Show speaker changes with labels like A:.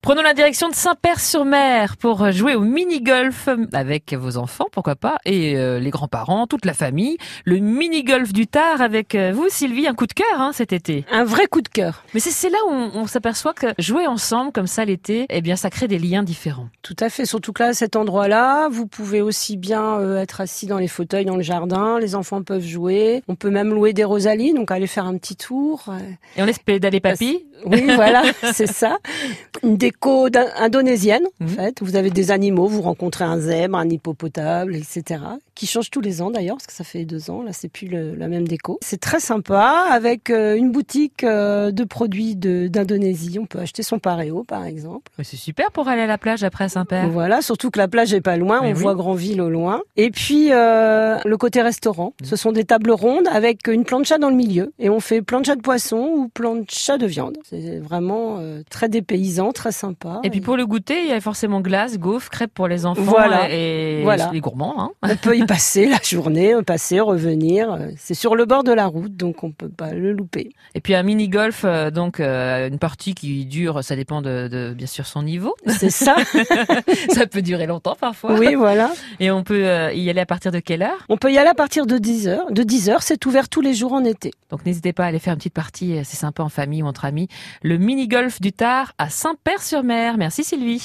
A: Prenons la direction de Saint-Père-sur-Mer pour jouer au mini-golf avec vos enfants, pourquoi pas, et euh, les grands-parents, toute la famille. Le mini-golf du Tard avec euh, vous, Sylvie, un coup de cœur hein, cet été.
B: Un vrai coup de cœur.
A: Mais c'est- c'est là où on, on s'aperçoit que jouer ensemble comme ça l'été, eh bien, ça crée des liens différents.
B: Tout à fait. Surtout que là, cet endroit-là, vous pouvez aussi bien euh, être assis dans les fauteuils dans le jardin. Les enfants peuvent jouer. On peut même louer des rosalies, donc aller faire un petit tour. Euh,
A: Et on laisse pédaler papy.
B: Oui, voilà, c'est ça. Une déco d'in- indonésienne, en
A: Mhm.
B: fait. Vous avez des animaux, vous rencontrez un zèbre, un hippopotame, etc. Qui change tous les ans d'ailleurs, parce que ça fait deux ans. Là, c'est plus le- la même déco. C'est très sympa, avec euh, une boutique euh, de produits de- d'Indonésie. On peut acheter son pareo, par exemple.
A: Mais Euh, c'est super pour aller à la plage après à Saint-Père.
B: Voilà, surtout que la plage est pas loin,
A: Mais
B: on
A: oui.
B: voit Grandville au loin. Et puis euh, le côté restaurant,
A: Mm.
B: ce sont des tables rondes avec une plancha dans le milieu et on fait plancha de poisson ou plancha de viande. C'est vraiment euh, très dépaysant, très sympa.
A: Et puis pour le goûter, il y a forcément glace, gaufres, crêpes pour les enfants
B: Voilà.
A: et
B: Voilà.
A: les gourmands. Hein.
B: on peut y passer la journée, passer, revenir, Euh, c'est sur le bord de la route donc on peut pas le louper.
A: Et puis un mini golf, donc euh, une partie qui dure, ça dépend de, de bien sûr son niveau.
B: C'est ça
A: ça peut durer longtemps parfois.
B: Oui, voilà.
A: Et on peut euh, y aller à partir de quelle heure
B: On peut y aller à partir de 10h. De 10h, c'est ouvert tous les jours en été.
A: Donc n'hésitez pas à aller faire une petite partie, euh, c'est sympa en famille ou entre amis. Le mini golf du Tard à Saint-Père-sur-Mer. Merci Sylvie.